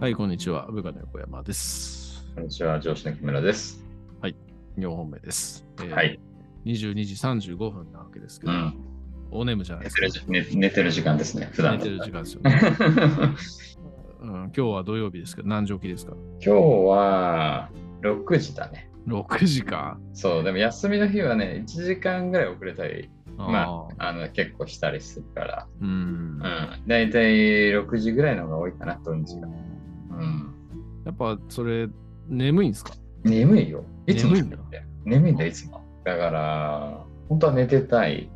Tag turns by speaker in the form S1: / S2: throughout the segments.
S1: はい、こんにちは。部下の横山です。
S2: こんにちは、上司の木村です。
S1: 4本目です。えー
S2: はい。
S1: 22時35分なわけですけ
S2: う
S1: ど、
S2: ん。
S1: おネームじゃない
S2: 寝
S1: です
S2: て
S1: か
S2: る。時寝寝てる時間ですね、普
S1: 寝
S2: 段だ
S1: て
S2: っ
S1: る時
S2: た
S1: 間ですよ
S2: ら。
S1: ね。
S2: 今
S1: うん、今日は土曜日ですけど、何時起きですか
S2: 日は6時だね。
S1: ?6 時か。
S2: そう、でも休みの日はね、1時間ぐらい遅れたり、ま
S1: あー、
S2: あの結構したりするから、
S1: うん。
S2: うん。だいたい6時ぐらいの方が多いかな、土日が。うん。
S1: やっぱそれ、眠いんですか
S2: 眠いよ。いつも
S1: 眠いんだ
S2: よ。眠いんだよ、いつも。だから、本当は寝てたい。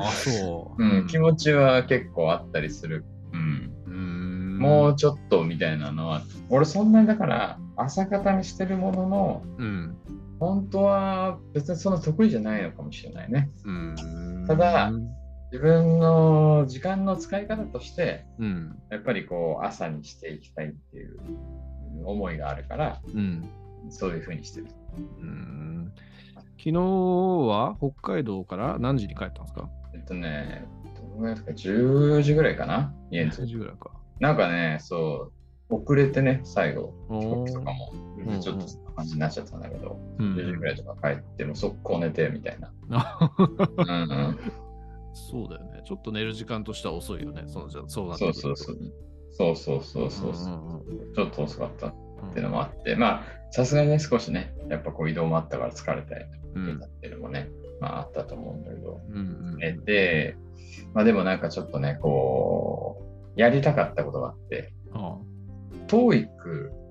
S1: あ、そう。
S2: うん、気持ちは結構あったりする。うん。
S1: うん
S2: もう、ちょっとみたいなのは、俺そんなにだから朝方にしてるものの
S1: うん。
S2: 本当は別にそんな得意じゃないのかもしれないね
S1: うん
S2: ただ自分の時間の使い方として
S1: うん。
S2: やっぱりこう朝にしていきたいっていう思いがあるから
S1: うん。
S2: そういうふうにしてる
S1: うん昨日は北海道から何時に帰ったんですか
S2: えっとねどのぐらいですか10時ぐらいかな家に着
S1: ?10
S2: いて
S1: 時ぐらいか。
S2: なんかねそう遅れてね最後
S1: おー
S2: 飛行機とかも
S1: ん
S2: ちょっとそんな感じになっちゃったんだけど
S1: う
S2: 10時ぐ
S1: ん。
S2: らいとか帰っても速攻寝てみたいな うんうん
S1: そうだよね。ちょっと寝る時間としては遅いよね。そのじゃそうなってく
S2: そう
S1: る
S2: そうそう
S1: と。。
S2: そうそうそうそうそうう。
S1: んうんうん
S2: ちょっと遅かったっていうのもあって、まあ、さすがにね、少しね、やっぱこう移動もあったから疲れたり
S1: うんうん
S2: っていうのもね、まああったと思うんだけど。
S1: うんうん
S2: えで、まあでもなんかちょっとね、こう、やりたかったことがあって、
S1: あ
S2: TOEIC、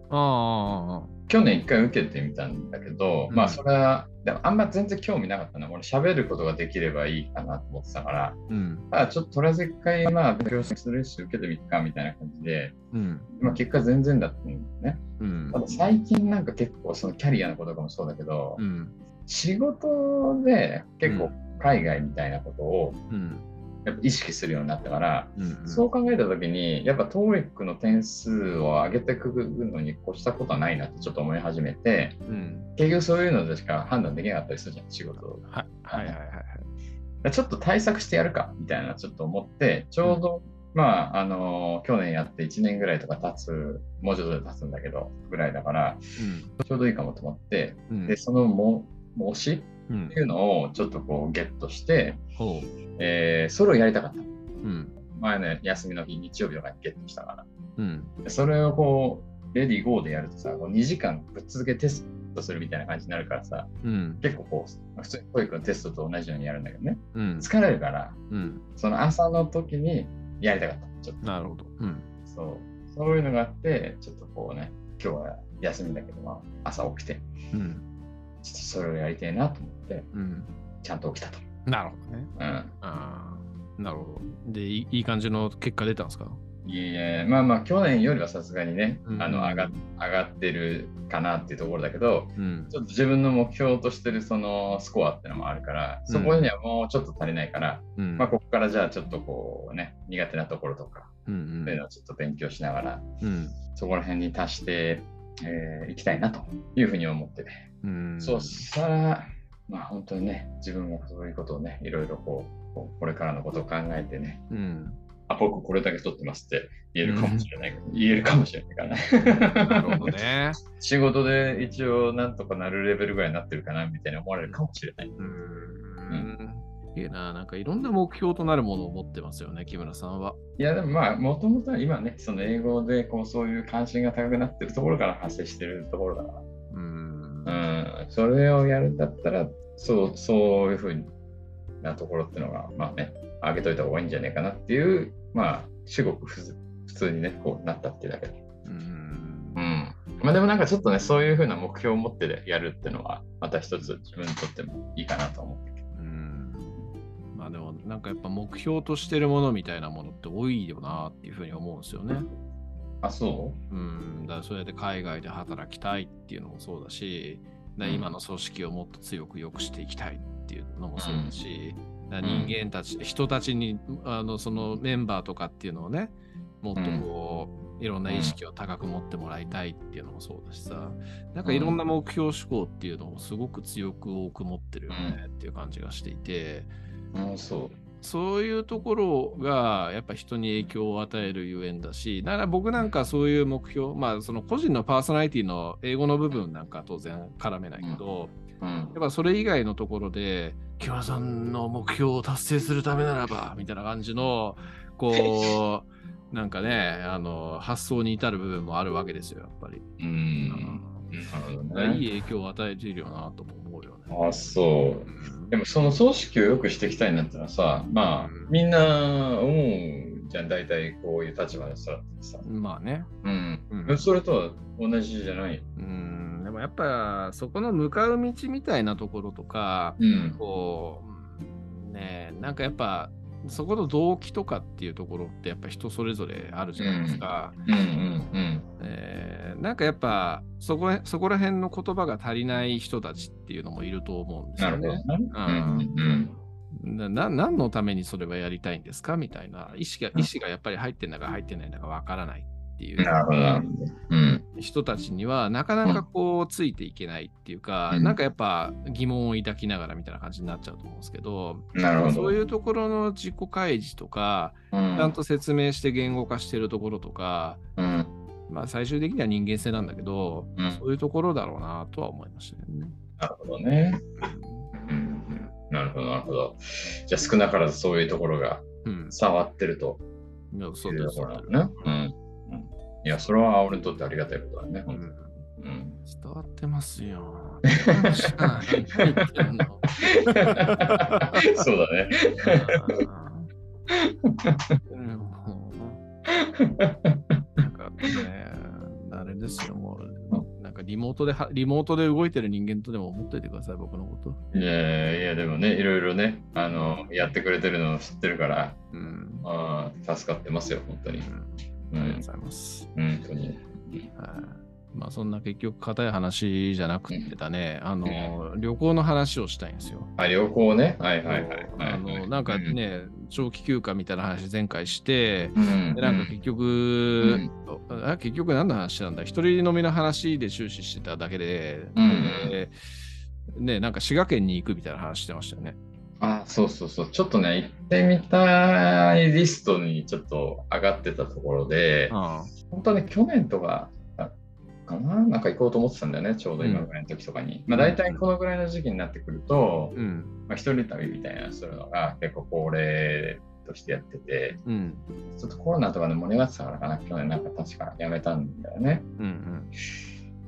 S1: あああああ
S2: 去年一回受けてみたんだけど、
S1: うん
S2: まあそれは、でもあんま全然興味なかったな。俺喋ることができればいいかなと思ってたから、
S1: うん
S2: まあちょっととりあえず一回、まあ勉強するし受けてみっかみたいな感じで、
S1: うん
S2: まあ結果全然だったんだよね。
S1: うん
S2: ただ最近なんか結構そのキャリアのこととかもそうだけど、
S1: うん
S2: 仕事で結構海外みたいなことを
S1: うん
S2: やっぱ意識するようになったから、
S1: うん
S2: そう考えた時にやっぱ TOEIC の点数を上げてくのに越したことはないなってちょっと思い始めて
S1: うん
S2: 結局そういうのでしか判断できなかったりするじゃん仕事を
S1: はいはいはいはいはい
S2: ちょっと対策してやるかみたいなちょっと思ってちょうど、まああの去年やって1年ぐらいとか経つもうちょっとで経つんだけどぐらいだからちょうどいいかもと思って
S1: うんうん
S2: でそのも模試っ
S1: うん
S2: ていうのをちょっとこうゲットして、
S1: ほ
S2: えーそれをやりたかった
S1: ううん
S2: 前の休みの日日曜日とかにゲットしたから
S1: うん
S2: でそれをこうレディーゴーでやるとさこう2時間ぶっ続けテストするみたいな感じになるからさ
S1: うん
S2: 結構こう普通に保育のテストと同じようにやるんだけどね
S1: うん
S2: 疲れるから
S1: うん
S2: その朝の時にやりたかったちょっと
S1: なるほどうん
S2: そうそういうのがあってちょっとこうね今日は休みだけど、まあ、朝起きてちょ
S1: うん
S2: っとそれをやりたいなと思って
S1: うん
S2: ちゃんと起きたと。
S1: なるほどね
S2: うん
S1: ああなるほどでいいいい感じの結果出たんですか
S2: いいえまあまあ去年よりはさすがにね、
S1: うん
S2: あの上が上がってるかなっていうところだけど
S1: うん
S2: ちょっと自分の目標としてるそのスコアってのもあるからそこにはもうちょっと足りないから、
S1: うん
S2: まあここからじゃあちょっとこうね苦手なところとか
S1: うん
S2: そうういうんのをちょっと勉強しながら
S1: うん
S2: そこら辺に達してい、えーいきたいなというふうに思って、
S1: うん
S2: そうしたらまあ本当にね自分がそういうことをねいろいろこうこうこれからのことを考えてね
S1: うん
S2: あ、僕これだけ取ってますって言えるかもしれない、言えるかもしれない
S1: な
S2: から
S1: るほど
S2: ね。
S1: ね。
S2: 仕事で一応なんとかなるレベルぐらいになってるかなみたいに思われるかもしれない。
S1: うーん。いいな、なんかいろんな目標となるものを持ってますよね、木村さんは。
S2: いやでもまあ、もともとは今ね、その英語でこうそういう関心が高くなってるところから発生してるところだか
S1: うーん。
S2: ら、うん、それをやるんだったら、そうそういうふうなところってのが、まあね、上げといた方がいいんじゃないかなっていう、まあ、至極普通普通にね、こうなったっていうだけで。
S1: うーん
S2: うん。まあでもなんかちょっとね、そういうふうな目標を持ってやるっていうのは、また一つ自分にとってもいいかなと思う。
S1: うーんまあでも、なんかやっぱ目標としてるものみたいなものって多いよなっていうふうに思うんですよね。
S2: あ、そ
S1: うん。だからそうやって海外で働きたいっていうのもそうだし、だから今の組織をもっと強く良くしていきたいっていうのもそうだし、だから人間たち、人たちにあのそのメンバーとかっていうのをね、もっとこう、いろんな意識を高く持ってもらいたいっていうのもそうだしさ、なんかいろんな目標志向っていうのをすごく強く多く持ってるよねっていう感じがしていて、
S2: ううん、そう。
S1: そういうところがやっぱ人に影響を与えるゆえんだし、だから僕なんかそういう目標、まあその個人のパーソナリティの英語の部分なんか当然絡めないけど、
S2: うん
S1: やっぱそれ以外のところで、木村さんの目標を達成するためならば、みたいな感じの、こ う、なんかね、あの、発想に至る部分もあるわけですよ、やっぱり。
S2: うんなるほど
S1: だからい
S2: ね。
S1: い影響を与えているよなとも思うよね。
S2: あそううんでもその葬式を良くしていきたいなってのはさまあみんな思うじゃん大体こういう立場でささ、
S1: まあね。
S2: うん
S1: うん
S2: それとは同じじゃないよ、
S1: うん、でもやっぱそこの向かう道みたいなところとか、
S2: うん
S1: こう、うんねえ、なんかやっぱ、そこの動機とかっていうところってやっぱ人それぞれあるじゃないですか。
S2: うんうん
S1: えーなんかやっぱそこへそこら辺の言葉が足りない人たちっていうのもいると思うんです
S2: な
S1: よ
S2: るほ
S1: ね
S2: どね。うんうん
S1: なな何のためにそれはやりたいんですかみたいな意思が
S2: うん
S1: 意思がやっぱり入ってんだか入ってないんだかわからないってい
S2: なるほどな
S1: う
S2: るほどうん
S1: 人たちにはなかなかこうついていけないっていうか、
S2: うん
S1: なんかやっぱ疑問を抱きながらみたいな感じになっちゃうと思うんですけど、
S2: なるほど
S1: そういうところの自己開示とか、ちゃんと説明して言語化してるところとか、
S2: うん
S1: まあ、最終的には人間性なんだけど、
S2: うん
S1: そういうところだろうなとは思いましたね。
S2: なるほどねうんなるほどなるほどじゃあ少なからずそういうところが
S1: うん。
S2: 触ってると
S1: いやそ
S2: いうう
S1: で
S2: と
S1: す。
S2: こ
S1: そ
S2: ろな
S1: う
S2: の
S1: です
S2: ねうんうんいやそれは俺にとってありがたいことだね
S1: う
S2: 本
S1: ん
S2: 当にうん
S1: 伝わってますよ。伝わりま した何言ってんの
S2: そうだね。
S1: うんもうなんかね、あれですよ、もう、なんかリモートでは、リモートで動いてる人間とでも思っておいてください、僕のこと。
S2: いやいや、でもね、いろいろね、あの、やってくれてるのを知ってるから、
S1: うん。
S2: あー助かってますよ、本当に。う
S1: うん、ありがとうんご、ざいます。
S2: 本当に。
S1: はいまあそんな結局硬い話じゃなくってだね、あの、旅行の話をしたいんですよ。
S2: あ、旅行ね。はいはいはい。はい
S1: あのなんか、ね、長期休暇みたいな話前回して、
S2: うんうん
S1: でなんか結局、あ結局何の話なんだ一人飲みの話で終始してただけで、
S2: うん
S1: でね、なんか滋賀県に行くみたいな話してましたよね。
S2: あ、そうそうそう。ちょっとね、行ってみたいリストにちょっと上がってたところで、
S1: あ
S2: 本当はね、去年とかだかな、なんか行こうと思ってたんだよね、ちょうど今ぐらいの時とかに。まあ大体このぐらいの時期になってくると、
S1: うん、
S2: まあ、一人旅みたいなのするのが結構恒例としてやってて、
S1: うん、
S2: ちょっとコロナとかで盛り上がってたからかな、去年なんか確かやめたんだよね。
S1: うん、うん。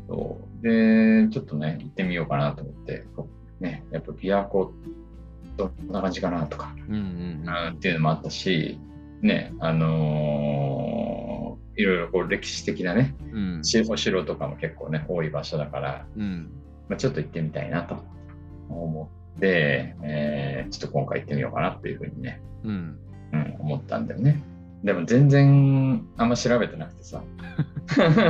S2: そうで、ちょっとね、行ってみようかなと思って、こうね、やっぱ琵琶湖どんな感じかなとか、
S1: うんうん
S2: うんっていうのもあったし、ね、あのーいろいろこう歴史的なね、
S1: うん
S2: しお城とかも結構ね、多い場所だから、
S1: うん
S2: まあ、ちょっと行ってみたいなと思って、えーちょっと今回行ってみようかなっていうふうにね、
S1: うん
S2: うん、思ったんだよね。でも全然あんま調べてなく てさ。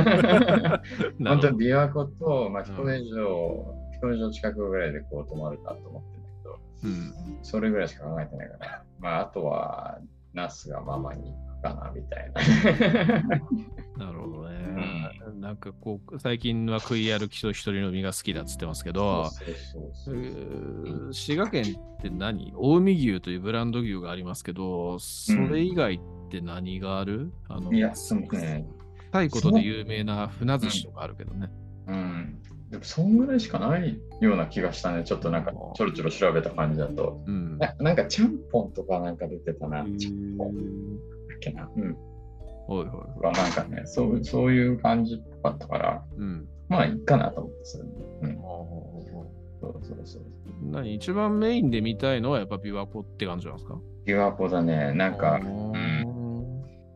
S1: なるほど
S2: 本当に琵琶湖と、まあ、彦根城、彦根城近くぐらいでこう泊まるかと思ってんだけど、
S1: うん
S2: それぐらいしか考えてないから、まあ、あとは、ナスがママに行くかな、みたいな。
S1: なるほどね。なんかこう、最近は食い歩きと一人飲みが好きだっつってますけど、
S2: そうそうそう
S1: ー滋賀県って何大海牛というブランド牛がありますけど、それ以外って何がある、あの
S2: う。いや、そのね、
S1: たいことで有名な船寿司とかあるけどね。
S2: うん。でも、そんぐらいしかないような気がしたね。ちょっとなんか、ちょろちょろ調べた感じだと。
S1: うん。
S2: ななんか、ちゃんぽんとかなんか出てたな。ちゃんぽんだ
S1: は
S2: っけな。うん。
S1: いはい。
S2: はなんかね、そうそういう感じっぽかったから、
S1: うん。
S2: まあいいかなと思ってそれでう
S1: ああ
S2: ん、そうそうそう。
S1: 何一番メインで見たいのはやっぱ琵琶湖って感じなんですか
S2: 琵琶湖だね、なん
S1: あ
S2: か、
S1: ー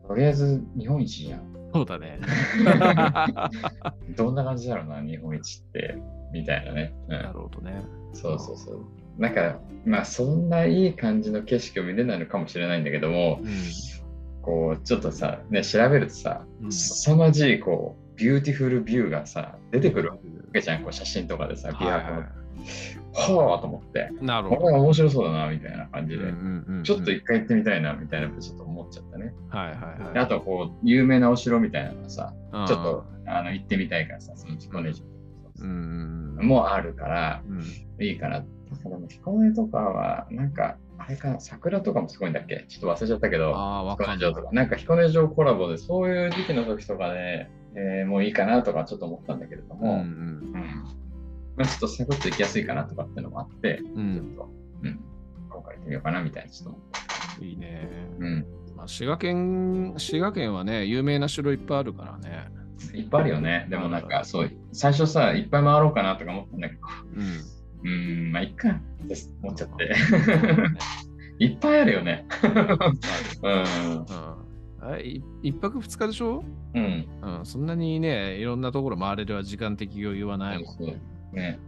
S2: とりあえず日本一じゃん。
S1: そうだ ね。
S2: どんな感じだろうな、日本一って、みたいなね。う、
S1: なんるほどね。
S2: そうそうそう。なんか、まあそんないい感じの景色を見れないのかもしれないんだけども、こう、ちょっとさ、ね、調べるとさ、
S1: うん
S2: 凄まじい、こう、ビューティフルビューがさ、出てくるわけじゃん、こう写真とかでさ、琵
S1: はい
S2: 琶湖
S1: は
S2: の。ほーと思って。
S1: いなるほ
S2: こ
S1: ど。
S2: れ面白そうだなみたいな感じで、ち
S1: ち
S2: ょっと一回行ってみたいなみたいなことちょっと思っちゃったね。
S1: はいはいはい。
S2: であとこう有名なお城みたいなのがさ、
S1: うん
S2: ちょっとあの行ってみたいからさ、その彦根城とか
S1: う
S2: さ
S1: ん。
S2: もうあるから
S1: うん。
S2: いいかな。だからでも彦根とかはなんかあれかな、桜とかもすごいんだっけちょっと忘れちゃったけど、
S1: ああ、わ
S2: 彦
S1: かんな
S2: 根
S1: い
S2: 城とか、なんか彦根城コラボで、そういう時期の時とかね、えーもういいかなとかちょっと思ったんだけれど
S1: うんう
S2: も、
S1: ん
S2: うんまあ、ちょっとサクッと行きやすいかなとかってのもあって、
S1: う
S2: ちょっ
S1: ん、
S2: と、うん、今回行ってみようかなみたいな、ちょっと、
S1: いいね、
S2: うん、
S1: まあ。滋賀県、滋賀県はね、有名な城いっぱいあるからね。
S2: いっぱいあるよね。でもなんか、そう、最初さ、いっぱい回ろうかなとか思ったんだけど、
S1: うん。
S2: うーん、まあ、いっかって思っちゃって。
S1: ね
S2: いっぱいあるよね。
S1: あるうん。あれ、い一泊二日でしょ
S2: うん。うん。
S1: うん、そんなにね、いろんなところ回れるは時間的余裕はないもんね。
S2: ね。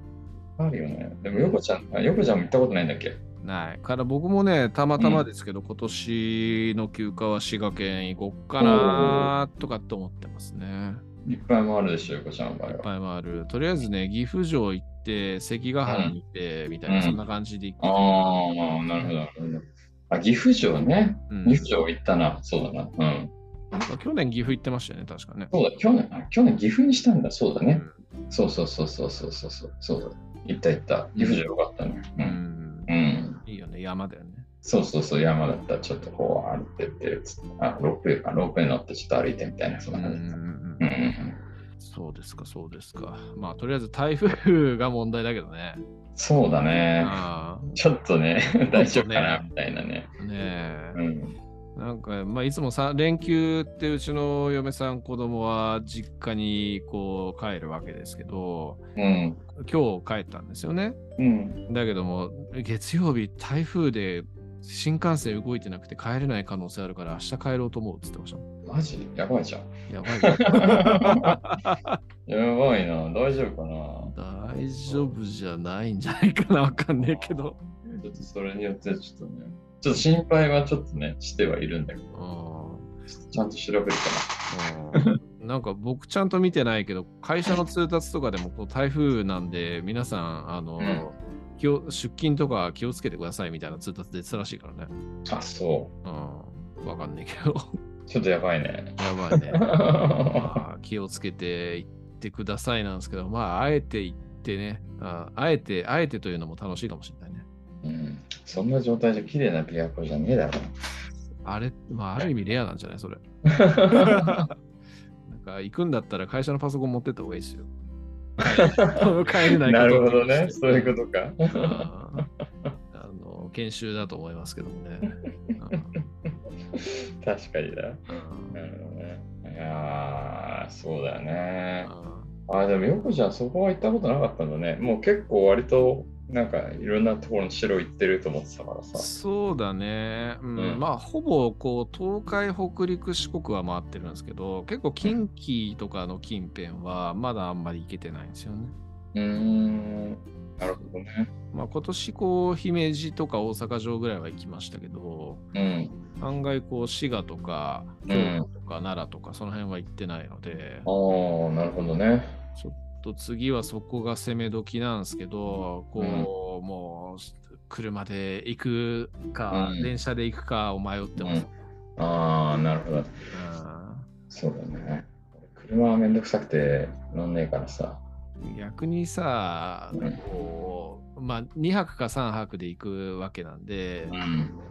S2: いっぱいあるよね。でも、ヨコちゃん、あヨコちゃんも行ったことないんだっけ
S1: ない。から僕もね、たまたまですけど、今年の休暇は滋賀県行こっかなとかって思ってますね。
S2: いっぱいもあるでしょ、ヨコちゃんの場合
S1: いっ
S2: は。
S1: ぱい回る。とりあえずね、岐阜城行って、関ヶ原に行って、みたいな、
S2: うん
S1: そんな感じで行って
S2: ああ、なるほどなるほど。あ、岐阜城ね。
S1: うん
S2: 岐阜城行ったな。そうだな。うん。
S1: なんか去年岐阜行ってましたよね、確かね。
S2: そうだ、去年、あ去年岐阜にしたんだ。そうだ
S1: う
S2: ね。
S1: ん
S2: そうそうそうそうそうそうそう。そうだ。行った行った。岐阜城よかったね。
S1: う
S2: うん。
S1: ん。
S2: うん。
S1: いいよね、山だよね。
S2: そうそうそう、山だったらちょっとこう歩いてって、あロープウェイか、ロープウェイ乗ってちょっと歩いてみたいな、そん
S1: う
S2: なん
S1: う
S2: 感
S1: ん
S2: じ。うん
S1: うん
S2: う
S1: うんんそうですか、そうですか。まあ、とりあえず台風が問題だけどね。
S2: うん、そうだね。
S1: あ
S2: ちょっとね、大丈夫か
S1: ちょっと
S2: な
S1: ね
S2: みたいなね。
S1: あねえ
S2: う。ん。
S1: なんか、まあ、いつもさ連休ってうちの嫁さん子供は実家にこう帰るわけですけど
S2: うん。
S1: 今日帰ったんですよね
S2: うん。
S1: だけども月曜日台風で新幹線動いてなくて帰れない可能性あるから明日帰ろうと思うっつってましたもん
S2: マジやばいじゃん。
S1: やばいよ
S2: やばいな、大丈夫かな。
S1: 大丈夫じゃないんじゃないかなわかんねえけど
S2: ちょっとそれによってちょっとね、ちょっと心配はちょっとね、してはいるんだけど、
S1: うん
S2: ちょっとちゃんと調べるか
S1: うんなんか僕ちゃんと見てないけど会社の通達とかでもこう台風なんで皆さんあの、
S2: うん
S1: 気を出勤とか気をつけてくださいみたいな通達出てたらしいからね。
S2: な。あ、そ
S1: うん、わかんないけど
S2: う。ちょっとやばいね。
S1: やばいね、
S2: う
S1: まあ気をつけて行ってくださいなんですけどまああえて行ってねああえてあえてというのも楽しいかもしれないね。
S2: ん。そんな状態じゃ綺麗な琵琶湖じゃねえだろ。
S1: あれ、まあ、ある意味レアなんじゃ ないそれ。なんか行くんだったら会社のパソコン持ってった方がいいです よ。帰れない
S2: なるほど
S1: こと
S2: ね
S1: に、して
S2: そういうことか。
S1: あーあの研修だと思いますけどもね。
S2: 確かにだ。
S1: うん
S2: なるほどね。いやー、そうだよね。
S1: う
S2: あーでもよくじゃあそこは行ったことなかったんだね。もう結構割となんかいろんなところの城行ってると思ってたから
S1: ん
S2: さ。
S1: そうだね、うん
S2: うん
S1: まあほぼこう東海北陸四国は回ってるんですけど結構近畿とかの近辺はまだあんまり行けてないんですよね。
S2: うーん。なるほどね。
S1: まあ、今年こう姫路とか大阪城ぐらいは行きましたけど
S2: うん。
S1: 案外こう滋賀とか京都とか奈良とかその辺は行ってないので、
S2: ああ、なるほどね。
S1: ちょっと次はそこが攻め時なんですけど、こう、もう車で行くか、
S2: うん
S1: 電車で行くかを迷ってます。
S2: ああ、なるほど。そうだね。車はめんどくさくて乗んねえからさ。
S1: うん逆にさ
S2: うん、
S1: こう、まあ2泊か3泊で行くわけなんで、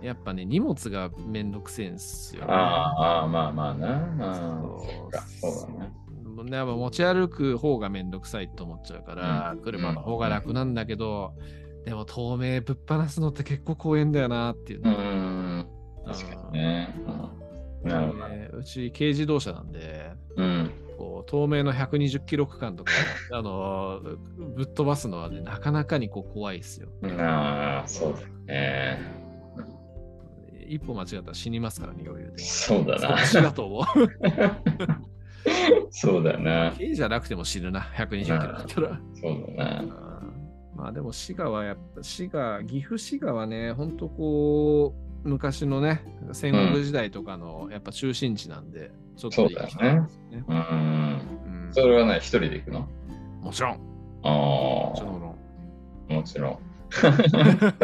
S2: ん。
S1: やっぱね、荷物がめんどくせえんすよ、ね。
S2: あーあー、まあまあな。あー
S1: そ
S2: そうっかそうだね。
S1: もうねやっぱ持ち歩く方がめんどくさいと思っちゃうから、車の方が楽なんだけど、でも透明ぶっ放すのって結構公園だよなっていう
S2: う
S1: ね、
S2: ーん。確かにね。うんなるほど。
S1: ねうち軽自動車なんで
S2: うん。
S1: こう透明の120キロ区間とかあのぶっ飛ばすのはねなかなかにこう怖いですよ
S2: なあ、そうだね。
S1: 一歩間違ったら死にますからね余裕で
S2: そうだな。
S1: 死だと思う
S2: そうだな。
S1: 軽じゃなくても死ぬな120キロだったら
S2: そうだな。
S1: まあでも滋賀はやっぱ滋賀岐阜滋賀はねほんとこう昔のね戦国時代とかのやっぱ中心地なんで、ちょっと行きたいですね
S2: うーん。
S1: うん
S2: それはね、一人で行くの
S1: もちろんもち
S2: あ
S1: ろん
S2: あ、もちろん。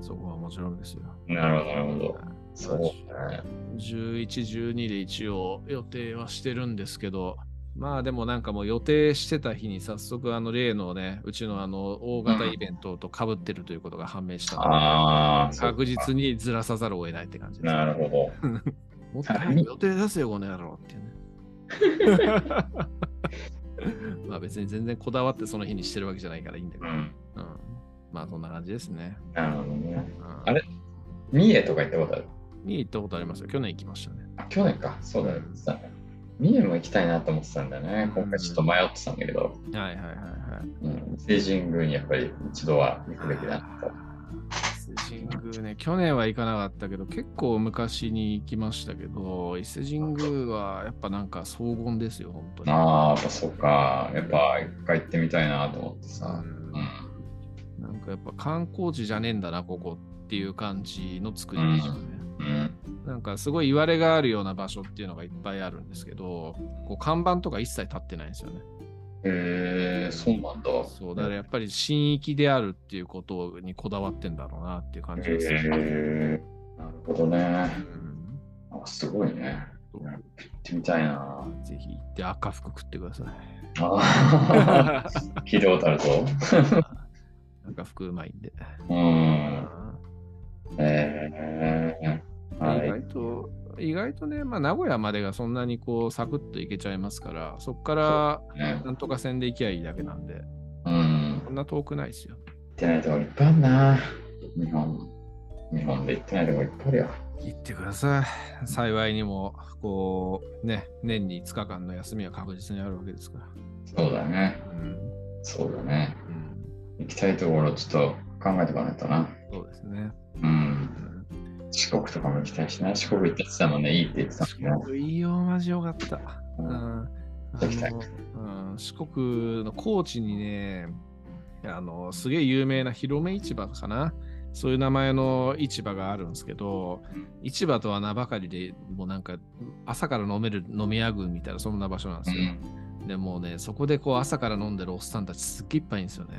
S1: そこはもちろんですよ
S2: なるほど、なるほど。そうだね。
S1: 1112で一応予定はしてるんですけどまあでもなんかもう予定してた日に早速あの例のね、うちのあの大型イベントと被ってるということが判明したので、
S2: ああ、そう
S1: 確実にずらさざるを得ないって感じです。
S2: なるほ ど。
S1: もっと早く予定出せよ、この野郎って いうね。まあ別に全然こだわってその日にしてるわけじゃないからいいんだけ
S2: う
S1: ど、
S2: ん。
S1: うん、まあそんな感じですね。
S2: なるほどね。
S1: うん、
S2: あれ三重とか行ったことある
S1: に行ったことありますよ。去年行きましたね。
S2: あ、去年か。そうだよ。実はね三重も行きたいなと思ってたんだよね。今回ちょっと迷ってたんだけど、
S1: はいはいはいはい。
S2: うん、聖神宮にやっぱり一度は行くべきだなと。
S1: 伊勢神宮ね、去年は行かなかったけど、結構昔に行きましたけど、伊勢神宮はやっぱなんか荘厳ですよ、本当に。
S2: ああ、やっぱそうか。やっぱ一回行ってみたいなと思って
S1: うん
S2: さ。うん。
S1: なんかやっぱ観光地じゃねえんだな、ここっていう感じの作りですよね。
S2: うん。
S1: なんかすごい言われがあるような場所っていうのがいっぱいあるんですけど、こう看板とか一切立ってないんですよね。
S2: へえ、そうなんだ。
S1: そう、だからやっぱり神域であるっていうことにこだわってんだろうなっていう感じですよね。
S2: へーなるほどね。
S1: うん
S2: あすごいね。
S1: そう
S2: 行ってみたいな。
S1: ぜひ行って赤服食ってください。
S2: あ ー聞いたことあるぞ。
S1: 赤服うまいんで。
S2: うん。えー、は
S1: 意
S2: い。
S1: 外と、意外とね、まあ、名古屋までがそんなにこう、サクッと行けちゃいますから、そこか
S2: ね
S1: ら、なんとか線で行きゃいいだけなんで、
S2: うん。行
S1: そんな遠くないですよ。
S2: ってないとこいっぱいあるな。日本。日本で行ってないとこいっぱいあるよ。
S1: 行ってください。幸いにも、こう、ね、年に5日間の休みは確実にあるわけですから。
S2: そうだね。
S1: うん。
S2: そうだね。
S1: うん、
S2: 行きたいところちょっと考えておかないとな。
S1: そうですね。
S2: うん。
S1: うん
S2: 四国とかも行きたいしな。四国行ってたもんね。いいって言ってたもんね。
S1: いいよ、マジよかった。う
S2: うん
S1: んあ
S2: 行きたい
S1: のうん、四国の高知にね、あのすげえ有名な広め市場かな。そういう名前の市場があるんですけど、市場とは名ばかりで、もうなんか朝から飲める飲み屋群みたいな、そんな場所なんで
S2: う
S1: すよ。
S2: ん。
S1: でもうね、そこでこう朝から飲んでるおっさんたちすっげえいっぱいいるんですよね。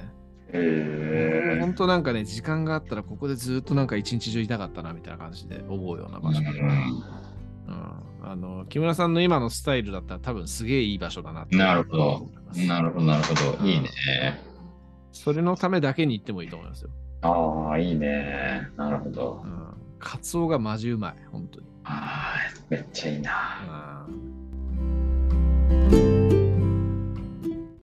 S2: え
S1: ほんとなんかね、時間があったらここでずっとなんか一日中いたかったなみたいな感じで思うような場所。うんあの木村さんの今のスタイルだったら多分すげえいい場所だなって
S2: なるほど
S1: 思います
S2: ー、なるほど、なるほど。いいね。
S1: それのためだけに行ってもいいと思いますよ。
S2: ああ、いいね。なるほど
S1: う。ん、カツオがマジうまい、本当に。
S2: ああ、めっちゃいいな。
S1: うん